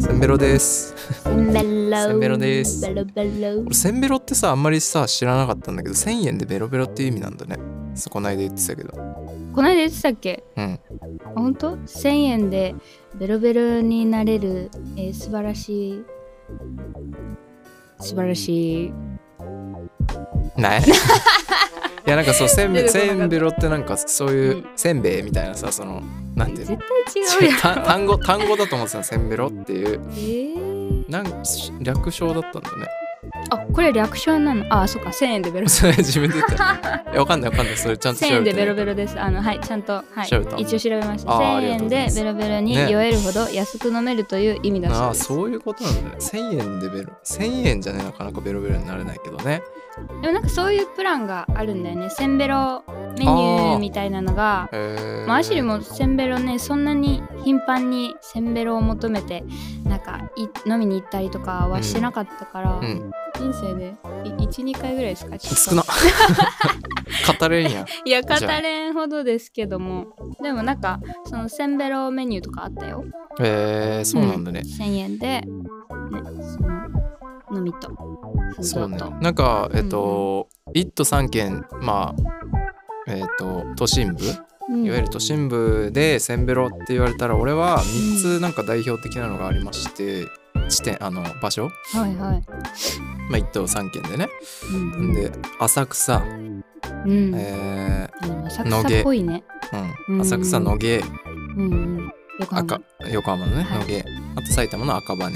せんべろですセンベロセンベロですベロベロ俺せんべろってさあんまりさ知らなかったんだけど1000円でベロベロっていう意味なんだねそうこないだ言ってたけどこの間言ってたっけうんあ本当1000円でベロベロになれる、えー素晴らしい素晴らしい ないいやなんかそうせんべ出てこなかせったんべろってなんかそういう、うんせんべいみたいなさそのなんてい絶う対違のうやん単単語単語だと思ってたのせんべろっていうえー、なんかし略称だったんだね あこれ略称なのあそっか1000円でベロそれ自分で言ったいやわかんないわかんないそれちゃんと1000調円べでてベロベロです。あのはい、ちゃんと、は調べたい、一応調べました。あー1000ありがと円うございでますベロベロにね酔えるほど安く飲めるという意味だああそうそういうことなんだよ1000円でベロ1000円じゃねなかなかベロベロになれないけどねです。でもなんかそういうプランがあるんだよね。せんべろメニューみたいなのが、へえまあ、アシリもせんべろね、そんなに頻繁にせんべろを求めて、なんかい飲みに行ったりとかはしてなかったから、うん人生で1、2回ぐらいですかちょっと少な 語れんやいや、語れんほどですけども、でもなんか、そのせんべろメニューとかあったよ。 へえそうなんだね、 1000円で、ね、そののみとフーそドうねと、なんかえっと、1都3県まあえっと都心部うんいわゆる都心部でせんべろって言われたら俺は3つなんか代表的なのがありまして地点あの場は所、いはい、まあ、1都3県でねうんで浅草、うんえでも浅草っぽいね、ーううんん、浅草野毛うんうん、横浜赤横浜のねはい野毛あと埼玉の赤羽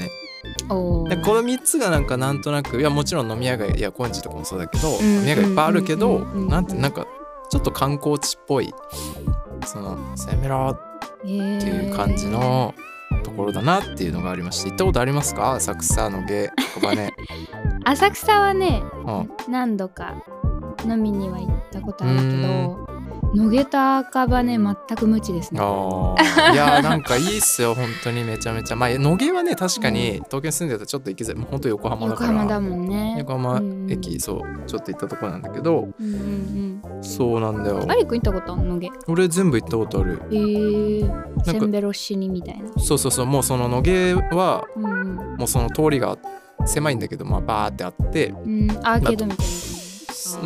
おーでこの3つがなんかなんとなくいやもちろん飲み屋街いやコンチとかもそうだけど、ん飲み屋街いっぱいあるけど、うんうんうんなんてなんかちょっと観光地っぽいそのせめろっえーていう感じのところだなっていうのがありまして行ったことありますか浅草の芸とかね、 浅草はねうん、何度か飲みには行ったことあるけど野毛と赤羽ね全く無知ですねあーいやーなんかいいっすよ本当にめちゃめちゃまあ野毛はね確かに東京住んでたらちょっと行きづらいもう本当横浜だ横から浜だもんね横浜うん駅そうちょっと行ったところなんだけどうんうんうんそうなんだよマリ君行ったことある野毛俺全部行ったことあるえー、かせんべろしにみたいなそうそうそうもうその野毛はうんうんもうその通りが狭いんだけどまあバーってあってうん、アーケードみたいすな。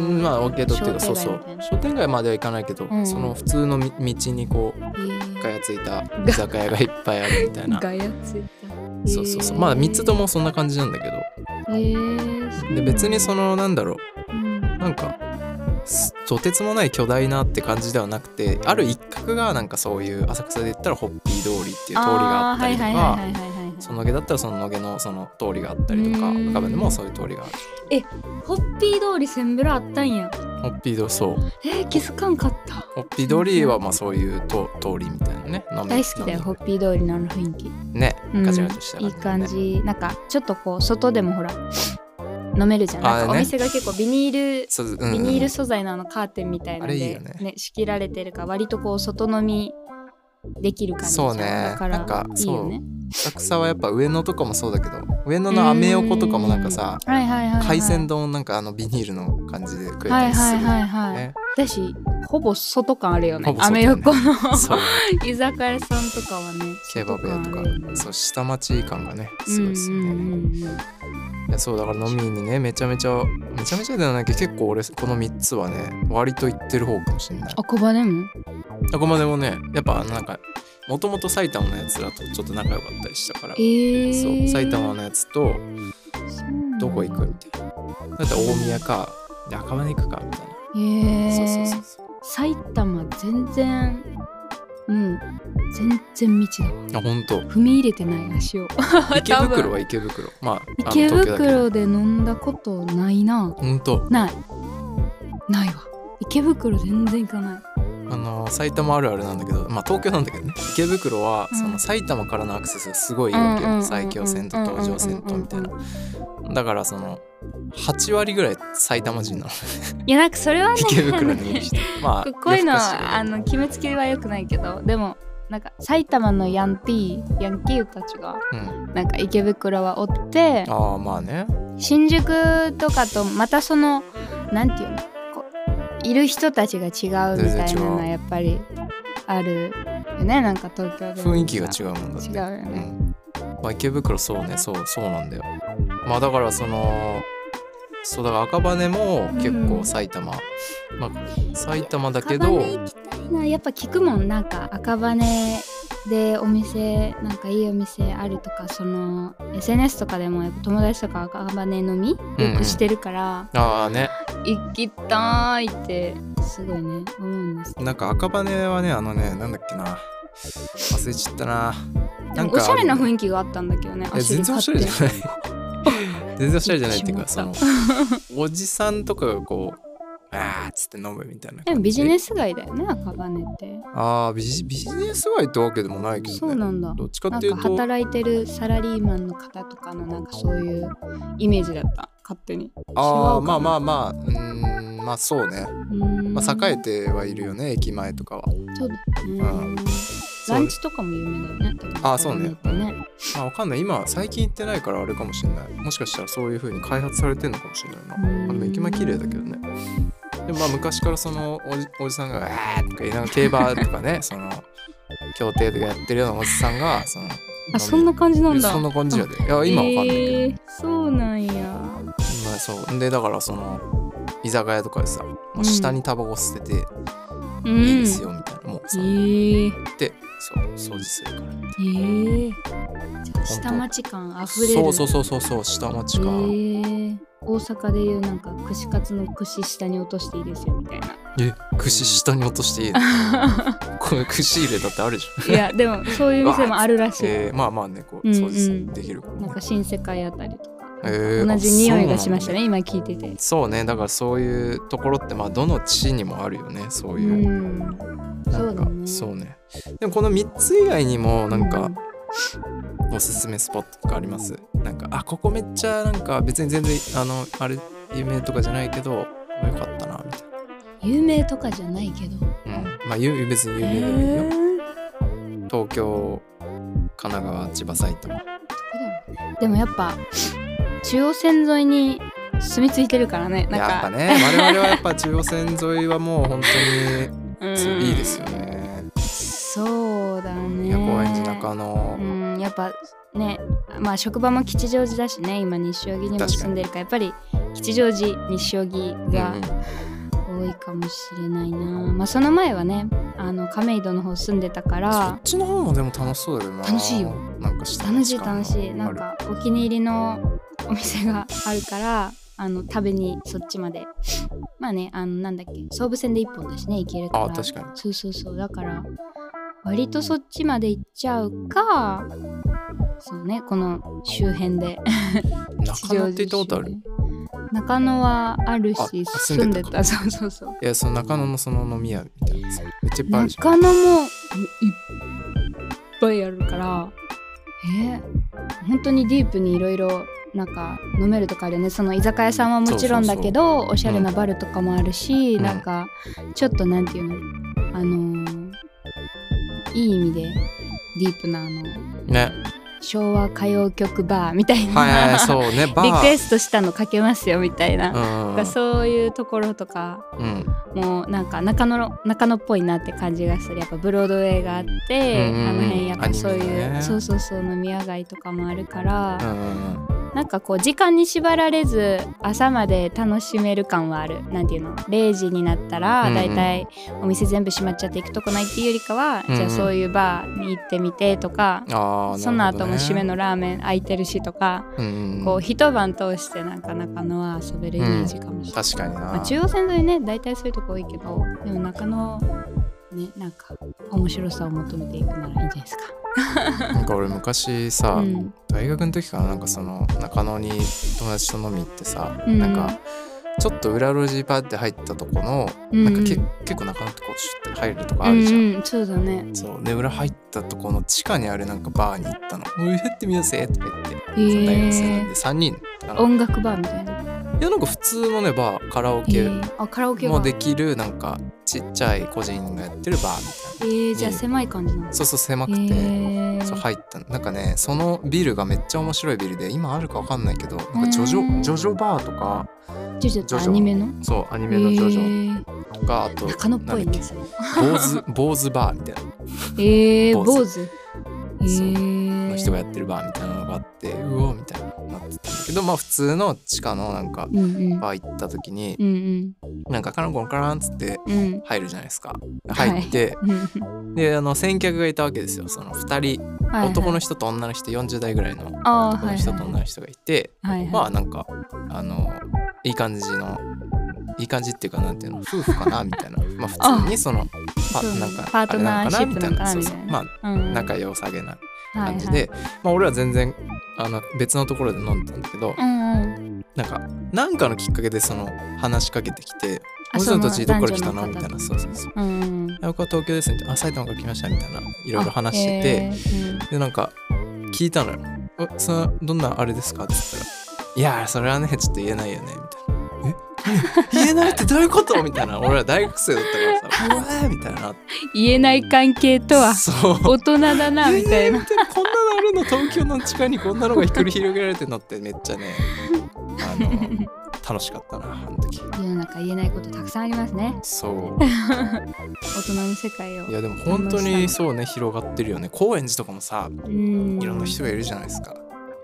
まあオーケードっていうかそ商店うそ街みうたいな商店街までは行かないけど、うんその普通のみ道にこうガヤついた居酒屋がいっぱいあるみ たいなガヤついた。そうそうそうまあ3つと。もそんな感じなんだけどえー、そうで別にそのなんだろうんうなんかすとてつもない巨大なって感じではなくてある一角がなんかそういう浅草で言ったらホッピー通りっていう通りがあったりとーはいかはいはいはいはいはいその野毛だったらその野毛のその通りがあったりとかうん赤羽でもそういう通りがあるホッピー通りせんべろあったんや。ホッピー通りそうえー、気づかんかった。ホッピー通りはまあそういうと通りみたいなね飲み大好きだよ、飲ホッピー通りのあの雰囲気。みねうんガチャガチャしたいい感ねじ。なんか、ちょっとこう、外でもほら、飲めるじゃん。あーなんかおね店が結構ビニール。そううんビニール素材のあのカーテンみたいなのあれいいでよねね仕切られてるから割とこう外飲みできる感じじゃんそうねだからなんかいいよね浅草はやっぱ上野とかもそうだけど上野のアメ横とかもなんかさはいはいはい、はい、海鮮丼なんかあのビニールの感じで食えはたいりすはいるはいはい、ねだしほぼ外感あるよねほぼア外だメよね横の そう居酒屋さんとかはねケバブ屋とかそう下町感がねすごいですよねねいやそうだから飲みにねめちゃめちゃめちゃめちゃではないけど結構俺この3つはね割と行ってる方かもしれないあ小羽でもあくまでもねやっぱなんかもともと埼玉のやつらとちょっと仲良かったりしたから、えー、そう埼玉のやつとそうなんだどこ行くみたいなだって大宮かで赤羽行くかみたいえな、ー、そうそうそうそ埼玉全然うん全然未知だわうあ本当踏み入れてない足を 池多分袋は池袋まああの池東京だけど袋で飲んだことないな本当ないないわ池袋全然行かないあの埼玉あるあるなんだけどまあ東京なんだけどね池袋はうんその埼玉からのアクセスがすごいいいわけうんうんうんうよん埼京線と東上線とみたいなうだからその8割ぐらい埼玉人なのいやなんかそれはね池袋にいる人まあ ここういうの夜更かしがはあの決めつけは良くないけどでもなんか埼玉のヤンティーヤンキーたちがうん、なんか池袋はおってああまあね新宿とかとまたそのなんていうのこういる人たちが違うみたいなのはやっぱりあるよねなんか東京でもさ雰囲気が違うもんだって違うよねうんまあ、池袋そうねそうそうなんだよまあだからそのそうだから赤羽も結構埼玉、まあ、埼玉だけど赤羽行きたいなやっぱ聞くもんなんか赤羽でお店なんかいいお店あるとかその SNS とかでもやっぱ友達とか赤羽飲みよくしてるから、ああね行きたいってすごいね思うんですなんか赤羽はねあのねなんだっけな忘れちゃったなでなんもかおしゃれな雰囲気があったんだけどねいや全然おしゃれじゃない 全然おしゃれじゃないっていう行かっそのておじさんとかがこうあーっつって飲むみたいなで感もじビジネス街だよね赤羽ってああビジビジネス街ってわけでもないけどねそうなんだどっちかなっんていかうと働いてるサラリーマンの方とかのなんかそういうイメージだった勝手にあ違あうかまあまあまあうーんまあそうね、まあ、栄えててはいるよね駅前とかは、そうだよねうんランチとかも有名だよね多分あそうね赤羽ってねまあわかんない今最近行ってないからあれかもしれないもしかしたらそういう風に開発されてんのかもしれないなうんあの駅前綺麗だけどねでもまあ昔からそのおじおじさんが「えー!」とか言いながら競馬と かねその競艇とかやってるようなおじさんがそのあそんな感じなんだそんな感じやでいや今わかんないけど、えーそうなんやまあそうでだからその居酒屋とかでさ、もう下にタバコ捨ててういいんですよみたいな、もうえさー、でそう掃除するからえー、じゃあ下町感あふれるそうそうそうそうそう下町か、えー大阪でいうなんか串カツの串下に落としていいですよみたいなえ串下に落としていい これ串入れだってあるじゃいんやでもそういう店もあるらしい、えー、まあまあねこううんうん掃除できる、なんか新世界あたりとか、えー同じ匂いがしましたあね今聞いててそうねだからそういうところってまあどの地にもあるよねそういう、うんなそんうかだねそうねでもこの3つ以外にもなんか、おすすめスポットとかありますなんかあここめっちゃなんか別に全然あのあれ有名とかじゃないけどよかったなみたい有名とかじゃないけどな、うん、まあ有別に有名でもいいよ、東京神奈川千葉埼玉でもやっぱ中央線沿いに住み着いてるからねなんかやっぱね我々はやっぱ中央線沿いはもう本当うんにいいですよね、そうだねいや高円寺中野、うんやっぱねまあ職場も吉祥寺だしね今西荻にも住んでるからやっぱり吉祥寺西荻がうんうん多いかもしれないな、まあその前はねあの亀戸の方住んでたかそらっちの方もでも楽しそうだよな楽しいよなんか下楽しい楽しいなんかお気に入りのお店があるからあの食べにそっちまでまあねあのなんだっけ総武線で1本だしね行けるからあ確かにそうそうそうだから割とそっちまで行っちゃうかそうねこの周辺で中野って行ったことあ吉祥寺周る辺中野はあるしあ住住んんででたたそうそうそういやその中野のその飲み屋みたいなさめっちゃいっぱいあるじゃん中野もいっぱいあるからえー本当にディープにいろいろなんか飲めるとかあるよねその居酒屋さんはもちろんだけどおしゃれなバルとかもあるし、うんなんかちょっとなんていうのあのーいい意味でディープなあのね昭和歌謡曲バーみたいな、はいはいはいそうねバーリクエストしたのかけますよみたいな、うんなんかそういうところとかうんもうなんか中野の中野っぽいなって感じがするやっぱブロードウェイがあって、うんうんうんあの辺やっぱそういアニメう、のねそうそうそう飲み屋街とかもあるかうら、んうんなんかこう時間に縛られず朝まで楽しめる感はあるなんていうの0時になったうんうらんだいたいお店全部閉まっちゃって行くとこないっていうよりかは、うんうんじゃあそういうバーに行ってみてとか、ああその後も締めのラーメン空いてるしとか、こう一晩通してなんか中野は遊べるイメージかもしれない。確かにな、まあ、中央線沿いね大体そういうとこ多いけどでも中野ねなんか面白さを求めていくならいいんじゃないですか。なんか俺昔さ、うん大学の時からなんかその中野に友達と飲み行ってさ、うんなんかちょっと裏路地パって入ったとこの、うんなんかけ結構中野ってこうシュッて入るとこあるじゃん、うんうん、そうだね。そうで裏入ったとこの地下にあるなんかバーに行ったの「おいやってみようぜ」とか言って、えその大学生なんーで3人かない音楽バーみたいな。やなんか普通のねバーカラオえケーあカラオケバもー。できるなんかちっちゃい個人がやってるバーみたいえなー、じゃあ狭い感じなんです。そうそう狭えくて、ー、そう入ったのなんかねそのビルがめっちゃ面白いビルで今あるかわかんないけどなんかジョジうョんジョジョバーとかジョジョってジョジョアニメのそうアニメのジョジョョ。とか、あと中野っぽいなんだねっ。 け坊主坊主バーみたいなえー、坊主坊主。えそうー、一人がやってるバーみたいなのがあってうおみたいななってたんだけどまあ普通の地下のなんかうんうんバー行った時にうんなんかカランコンカランっつってうんうん入るじゃないですか入って、であの先客がいたわけですよその2人、男の人人と女の人40代ぐらいのああ男はのい人と女の人がいて、はいはいまあなんかあのいい感じのいい感じっていうかなんていうの夫婦かなみたいなまあ普通にそのパそうねなんかパートナーシップなのかなあれのかなみたいなそうみそたういまなあうん仲良さげな感じはいはで、まあ俺は全然あの別のところで飲んでたんだけどいうんうんなんかなんかのきっかけでその話しかけてきて「あおじさんたちそどのこから来た男の?」女の方みたいなそうそうそううんうん「あ僕は東京です」みたいな「あ埼玉から来ました」みたいないろいろ話してて。あへーうんでなんか聞いたのよ「えそのどんなあれですか?」って言ったら「いやーそれはねちょっと言えないよね」みたいな「え言えないってどういうこと?」みたいな俺ら大学生だったからさ「うわー」みたいな言えない関係とはそう大人だなみたいなえーこんなのあるの東京の地下にこんなのが繰り広げられてるのってめっちゃねあの楽しかったなあの時世の中言えないことたくさんありますねそ大う人の世界をいやでも本当にそうね広がってるよね高円寺とかもさうんいろんな人がいるじゃないですか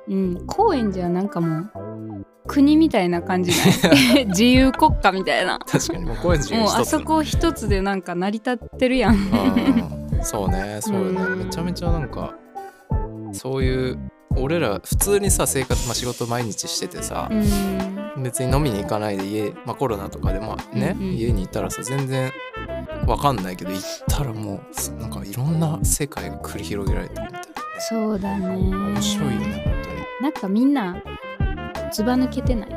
うん高円寺はなんかもう国みたいな感じない 自由国家みたいな確かにもう高円寺もうが一つあそこ一つでなんか成り立ってるやんうんそうねそうようんねめちゃめちゃなんかそういう俺ら普通にさ生活、まあ、仕事毎日しててさう、ん別に飲みに行かないで家、まあ、コロナとかでまあね、うんうん家にいたらさ全然わかんないけど行ったらもうなんかいろんな世界が繰り広げられてるみたいなねそうだね面白いよね本なんかみんなずば抜けてない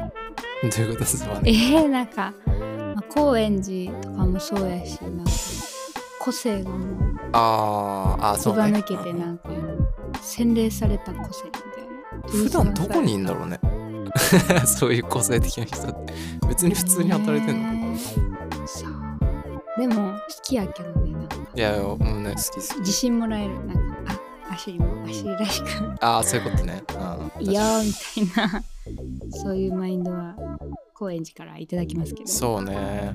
当にということですわえねー、なんか、まあ、高円寺とかもそうやしなんか個性がもうあーあーずそうばね抜けてなんか洗礼された個性みたいな普段どこにいんだろうね そういう個性的な人って別に普通に働いてんのねそうでも好きやけどねなんかいやもうね好き好き自信もらえるなんかあ足も足らしくああそういうことね。うんいいよみたいなそういうマインドは高円寺からいただきますけどそうね。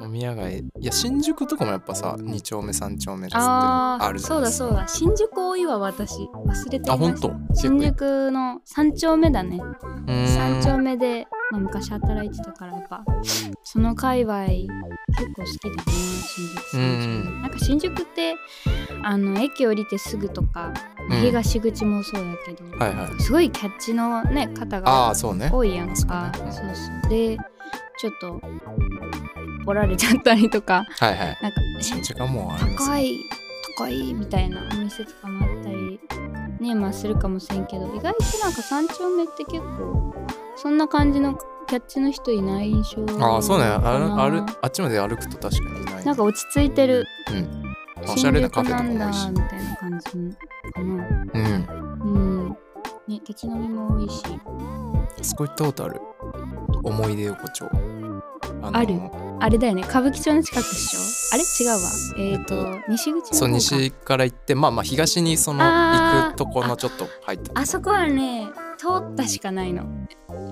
お宮街いや新宿とかもやっぱさ2丁目3丁目ですってあーあるじゃそなういだですか。そうだ新宿多いわ私忘れていましたあ本当。新宿の三丁目だね三3丁目で、まあ、昔働いてたからやっぱその界隈結構好きだな新宿三丁目、うなんか新宿ってあの駅降りてすぐとか、うん東口もそうやけど、はいはい。すごいキャッチのね方あがあそうね。多いやん確かかにうんそうそうでちょっとおられちゃったりとかはいはい。なんか新宿はもうあれですね。高い高いみたいなお店とかもあったりねまあするかもしれんけど意外となんか三丁目って結構そんな感じのキャッチの人いない印象ああそうね。あかなるあるあっちまで歩くと確かにいない。なんか落ち着いてるうん。おし新ゃれな宿カフェなんとかも多だいしみ。たいな感じかなうん。うんね立ち飲みも多いしすごいトータル。思い出横丁。あのあるあれだよね歌舞伎町の近くっしょあれ違うわえっ、ー、えと西口の方かそう西から行ってまあまあ東にそのあー行くとこのちょっと入ったあそこはね通ったしかないの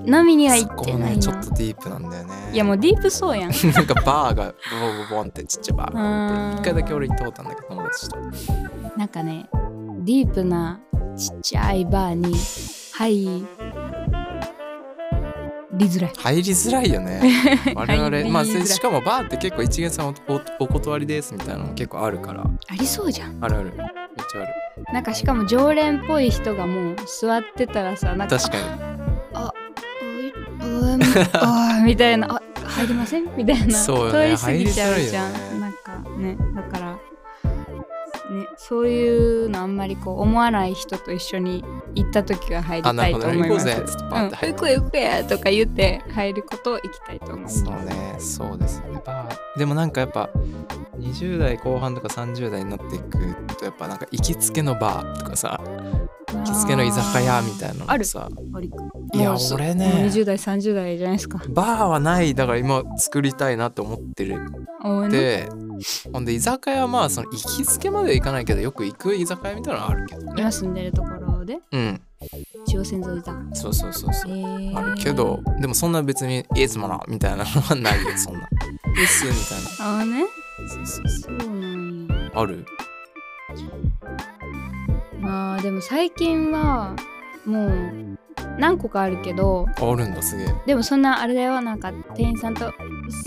飲みには行そっこてもないねなちょっとディープなんだよねいやもうディープそう やんなんかバーがボンボンボンってちっちゃいバーがあうってん一回だけ俺行ったことあるんだけど友達となんかねディープなちっちゃいバーに入りづらい入りづらいよね我入りづら々いまあせしかもバーって結構一元さんおおお断りですみたいなのも結構あるからありそうじゃんあるあるめっちゃあるなんかしかも常連っぽい人がもう座ってたらさなんか確か「うーんあ ーみたいな「あ入りません?」みたいなそうよ通ねり過ぎちゃうじゃん、入りづらいよねなんかねだから、ね、そういうのあんまりこう思わない人と一緒に行った時は入りあなたるいほとどね思います行こうぜっつってパうーんって入る行くよ行くやとか言って入ることを行きたいと思いまにすそうねそうですよねバーでもなんかやっぱ20代後半とか30代になっていくとやっぱなんか行きつけのバーとかさ行きつけの居酒屋みたいなのあもるさありかいやもうそ俺ねもう20代30代じゃないですかバーはないだから今作りたいなと思ってるおいで、ほんで居酒屋はまあその行きつけまでは行かないけどよく行く居酒屋みたいなのはあるけどね今住んでるところでうん中央線沿いだそうそうそうそう、えあるけどでもそんな別に「いつもの」みたいなのはないよそんな「いっす」みたいなああねそうそうそそうなんやうあるまあでも最近はもう何個かあるけどああるんだすげえでもそんなあれだよなんか店員さんと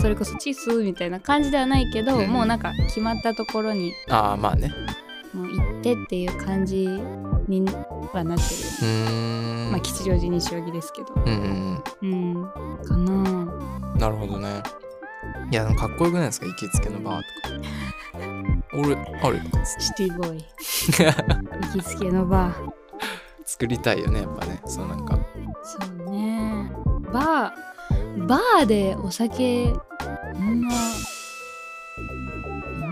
それこそチースみたいな感じではないけど、うんもうなんか決まったところにああまあねもう行ってっていう感じにはなってるよねうーん、まあ吉祥寺西荻ですけどうんうんうんかなうんなるほどねいやでもかっこよくないですか行きつけのバーとか俺あるよシティボ ーイ行きつけのバー作りたいよねやっぱねそうなんかそうねバーバーでお酒そんな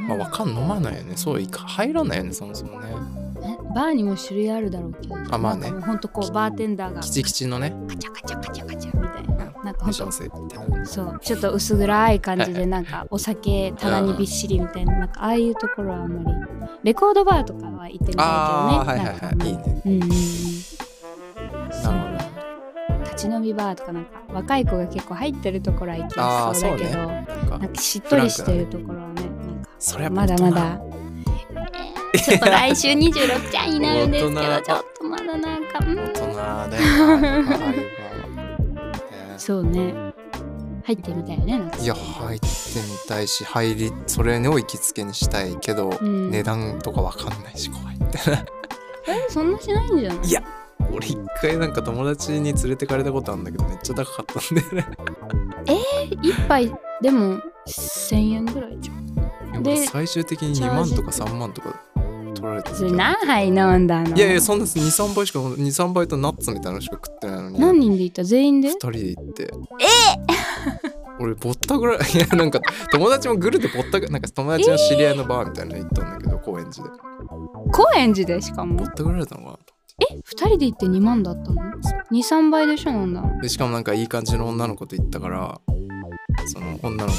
まあわかん飲まないよねそういか入らないよねそもそもねえバーにも種類あるだろうけどあまあなねんかもうほんとこうバーテンダーがカキチチキチのねャカチャカチャカチャみたいななんかほ無んと償性みたいなそうちょっと薄暗い感じでなんかお酒棚にびっしりみたいななんかああいうところはあんまりレコードバーとかは行ってみああたはいいけどねなんはいかはいいいねうんうんうんなるほどねそう立ち飲みバーとかなんか若い子が結構入ってるところは行きやすそうだけど、あなんなかんかしっとりしてるところはねなんかそれはまだまだ。えーちょっと来週26ちゃんになるんですけ大ど、人ちょっとまだなんか、う大ん人だよなやっぱああいうバーはねそうね。入ってみたいよね、なんかいや入ってみたいし入りそれを行きつけにしたいけど、ん値段とかわかんないし怖いえそんなしないんじゃないいや俺一回なんか友達に連れてかれたことあるんだけどめっちゃ高かったんだよね一杯でも1000円ぐらいじゃん。いやで俺最終的にチャ2ー万ジとか3万とか取られたそ時あれる何杯飲んだのいやいやそんな23倍しか23倍とナッツみたいなのしか食ってないのに何人で行った全員で2人で行ってえ 俺ぼったくらいいやなんか友達もグルでぼったくなんか友達の知り合いのバーみたいなの行ったんだけど高円寺で高円寺でしかぼも。ったくられたのかな2人で行って2万だったの ?2、3倍でしょ、飲んだの。でしかもなんかいい感じの女の子と行ったからその女の子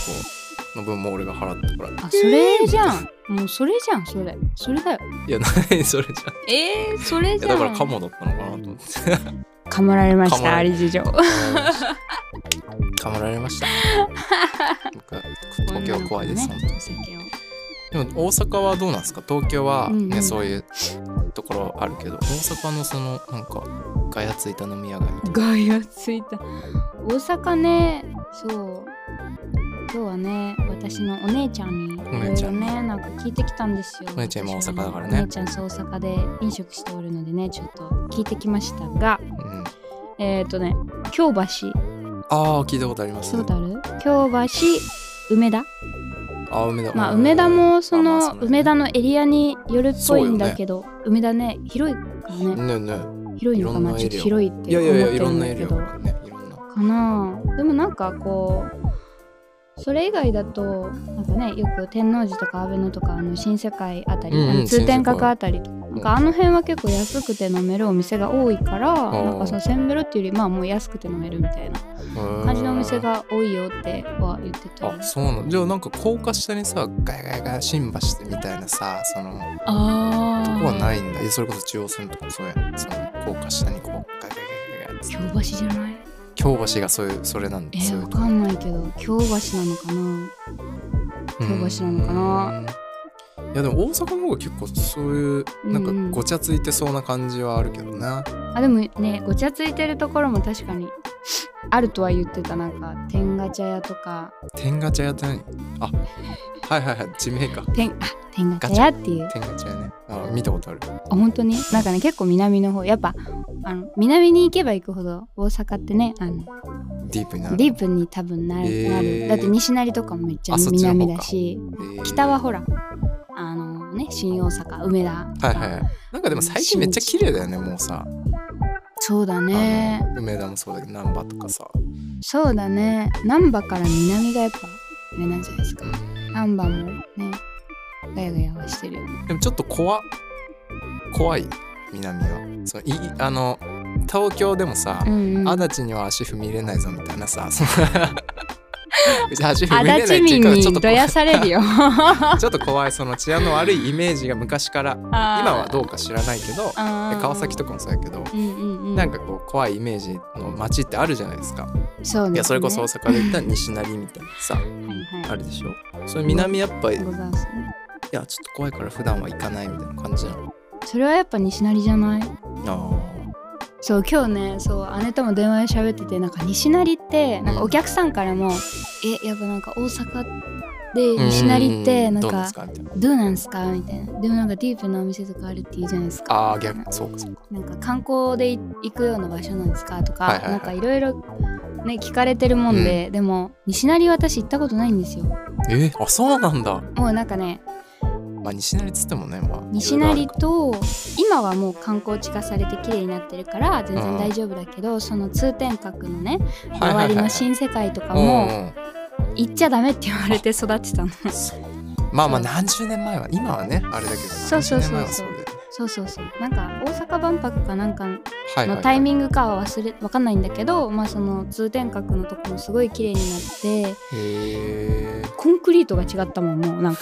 の分も俺が払ったからあ、それじゃん。もうそれじゃん、それ。それだよ。いや 何それじゃんえー、それいじやゃだん。からカモだったのかなと思ってかもられましかもた、らあれり事情。カモられました僕は東京怖いです、女本の子ねお酒を当にでも大阪はどうなんですか東京は、ねうんうんそういうところあるけど大阪のそのなんかガヤついた飲み屋街みたいガヤついた大阪ねそう今日はね私のお姉ちゃんにいろおい姉ちろゃんねなんか聞いてきたんですよお姉ちゃん今大阪だからねお姉ちゃんそう大阪で飲食しておるのでねちょっと聞いてきましたがな、うん、あえっ、ー、とね京橋聞いあ聞いたことありますたことある京橋梅田あ梅田まあ梅田もそまあまのあれね梅田のエリアによるっぽいんそうよだねけど梅田ね広いからねねえね広いのかいろんななちょエっとリア広いってえいやいやいやいろ思んっなてエるんリだけどアがねいろんなかなあでもなんかこうそれ以外だとなんかねよく天王寺とか阿部野とかあの新世界あたり、うんうんあの通天閣新世界あたりとかなんかあの辺は結構安くて飲めるお店が多いからーなんかそのせんべろっていうよりまあもう安くて飲めるみたいな感じのお店が多いよっては言ってたあそうなのじゃあなんか高架下にさガヤガヤガヤ新橋みたいなさそのあとーこはないんだえそれこそ中央線とかもそうやんその高架下にこうガヤガヤガヤガヤって京橋じゃない京橋がそういうそれなんえでー、すわかんないけど京橋なのかな京橋なのかないやでも大阪の方が結構そういうなんかうんうんごちゃついてそうな感じはあるけどな、あでもねごちゃついてるところも確かにあるとは言ってたなんか天ガチャ屋とか天ガチャやってないあはいはいはい地名か天あ天ガチャ屋っていう天ガチャやねあ見たことあるあ本当になんかね結構南の方やっぱあの南に行けば行くほど大阪ってねあのディープになるディープに多分なる,、へーなるだって西成とかもめっちゃあそっちの方か南だしえー北はほらあのね新大阪梅田とかはいはいはいなんかでも最近めっちゃ綺麗だよねもうさそうだねあの梅田もそうだけど難波とかさそうだね難波から南がやっぱあれなんじゃないですかで難波もねガヤガヤはしてるよねもちょっと怖怖い南はそのいあの東京でもさ、うんうん足立には足踏み入れないぞみたいな さそのうち足踏み入れない足って立い民うかちょっにとどやされるよ今ちょっと怖いその治安の悪いイメージが昔から 今 はどうか知らないけどで川崎とかもそうやけどうんうんうん、なんかこう怖いイメージの街ってあるじゃないですかそうです、ね、いやそれこそ大阪で言ったら西成みたいなさはいはいあるでしょそれ南やっぱりいございますね。やちょっと怖いから普段は行かないみたいな感じなのそれはやっぱ西成じゃないあそう今日ねそう姉とも電話で喋っててなんか西成ってなんかお客さんからも「えやっぱなんか大阪であ西成ってなんどうでかすかみたいなどうなんすか?」みたいなでもなんかディープなお店とかあるっていいじゃないですかああ逆そうかそうかなんか観光でい行くような場所なんですかとか、はいはいはいなんかいろいろね聞かれてるもんで、でも西成私行ったことないんですよえあそうなんだもうなんかねまあ西成っつってもねまあ西成と今はもう観光地化されて綺麗になってるから全うん然大丈夫だけど、その通天閣のねいはいはい周りの新世界とかもも行っちゃダメって言われて育ってたのまあまあ何十年前は今はねあれだけどそうそうそうそう何十年前はだよねそうそうそうなんか大阪万博かなんかはいはいのはいタイミングかは忘れわかんないんだけど、まあその通天閣のとこもすごい綺麗になってへえコンクリートが違ったもんもうなんか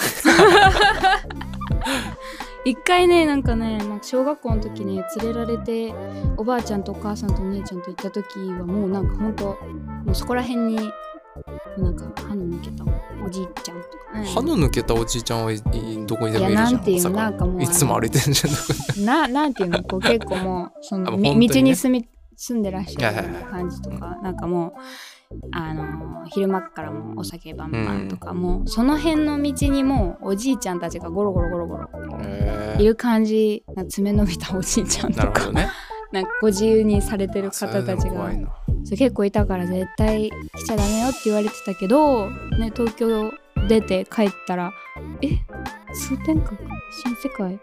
一回ねなんかねなんか小学校の時ね連れられておばあちゃんとお母さんとお姉ちゃんと行った時はもうなんかほんともうそこら辺になんか歯の抜けたおじいちゃんとか、ね、歯の抜けたおじいちゃんはいいどこにでいやもいるじゃんなんていう大阪なんかもういつも歩いてるじゃんどこにななんていうのこ う結構もうそあものう本み当にね道に住み住んでらっしゃるようはいはいなは感じとかなんかもうあのー昼間っからもうお酒バンバンとか、もうその辺の道にもうおじいちゃんたちがゴロゴロゴロゴロへいーる感じなんか爪伸びたおじいちゃんとなるほかどねなんかご自由にされてる方たそちれでもが怖いなそう結構いたから絶対来ちゃダメよって言われてたけど、ね、東京出て帰ったら「え通天閣新世界え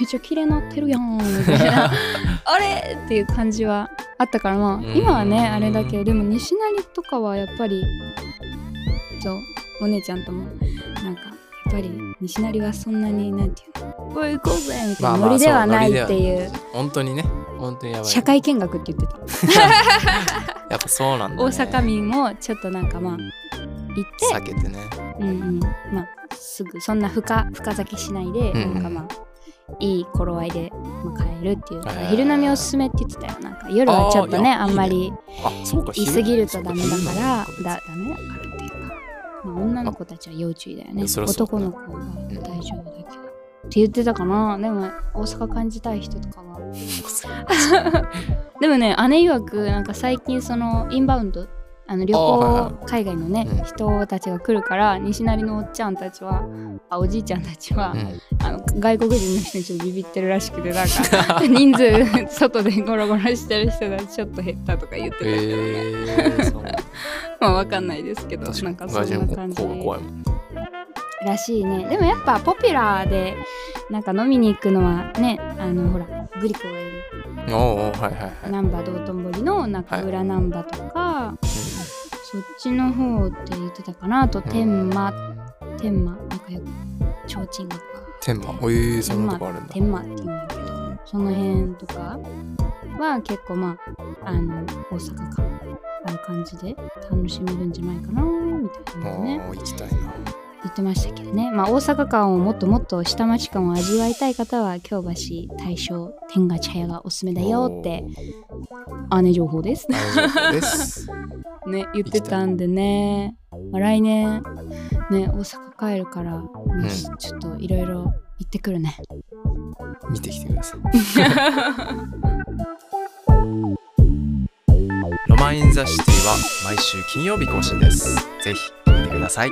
めっちゃ綺麗になってるやん」みたい な「あれ?」っていう感じはあったからまあ今はうんねあれだけどでも西成とかはやっぱりそうお姉ちゃんともなんかやっぱり西成はそんなになんていうの「おい行こうぜ」みたいなノリではないっていう。本当にね本当にやばい社会見学って言ってたやっぱそうなんだ、ね、大阪民もちょっとなんかまあ行って避けてねうんうん、まあすぐそんな深深酒しないで、んうんなんかまあいい頃合いで、まあ、帰るっていうか、へー昼飲みおすすめって言ってたよなんか夜はちょっとねあーあんまりあそうか言い過ぎるとダメだ昼か昼らなだダメだからっていうか、まあ、女の子たちは要注意だよいねやそりゃそうだ男の子が大丈夫だけど、って言ってたかなでも大阪感じたい人とかは でもね姉曰くなんか最近そのインバウンドあの旅あはい行海外のね、うん人たちが来るから西成のおっちゃんたちはあおじいちゃんたちは、うんあの外国人の人にちょっとビビってるらしくてなんか人数外でゴロゴロしてる人がちょっと減ったとか言ってた、えー、 そうまあわかんないですけど確なかんにかそ外人んのな感じ方が怖いもんらしいねでもやっぱポピュラーでなんか飲みに行くのはねあのほらグリコがいるおうおうはいはいはい、うん難波道頓堀の中浦難波とか、そっちの方って言ってたかなあと天満、天満なんかよく提灯が天満おいそんなとこあるんだ天満って言うんだけどその辺とかは結構まああの大阪感ある感じで楽しめるんじゃないかなみたいなのをねおー行きたいな言ってましたけどね、まあ、大阪感をもっともっと下町感を味わいたい方は京橋大正天下茶屋がおすすめだよって姉情報です大丈夫ですね言ってたんでね、まあ、来年ね大阪帰るから、んちょっといろいろ行ってくるね見てきてくださいロマン・イン・ザ・シティは毎週金曜日更新ですぜひ見てください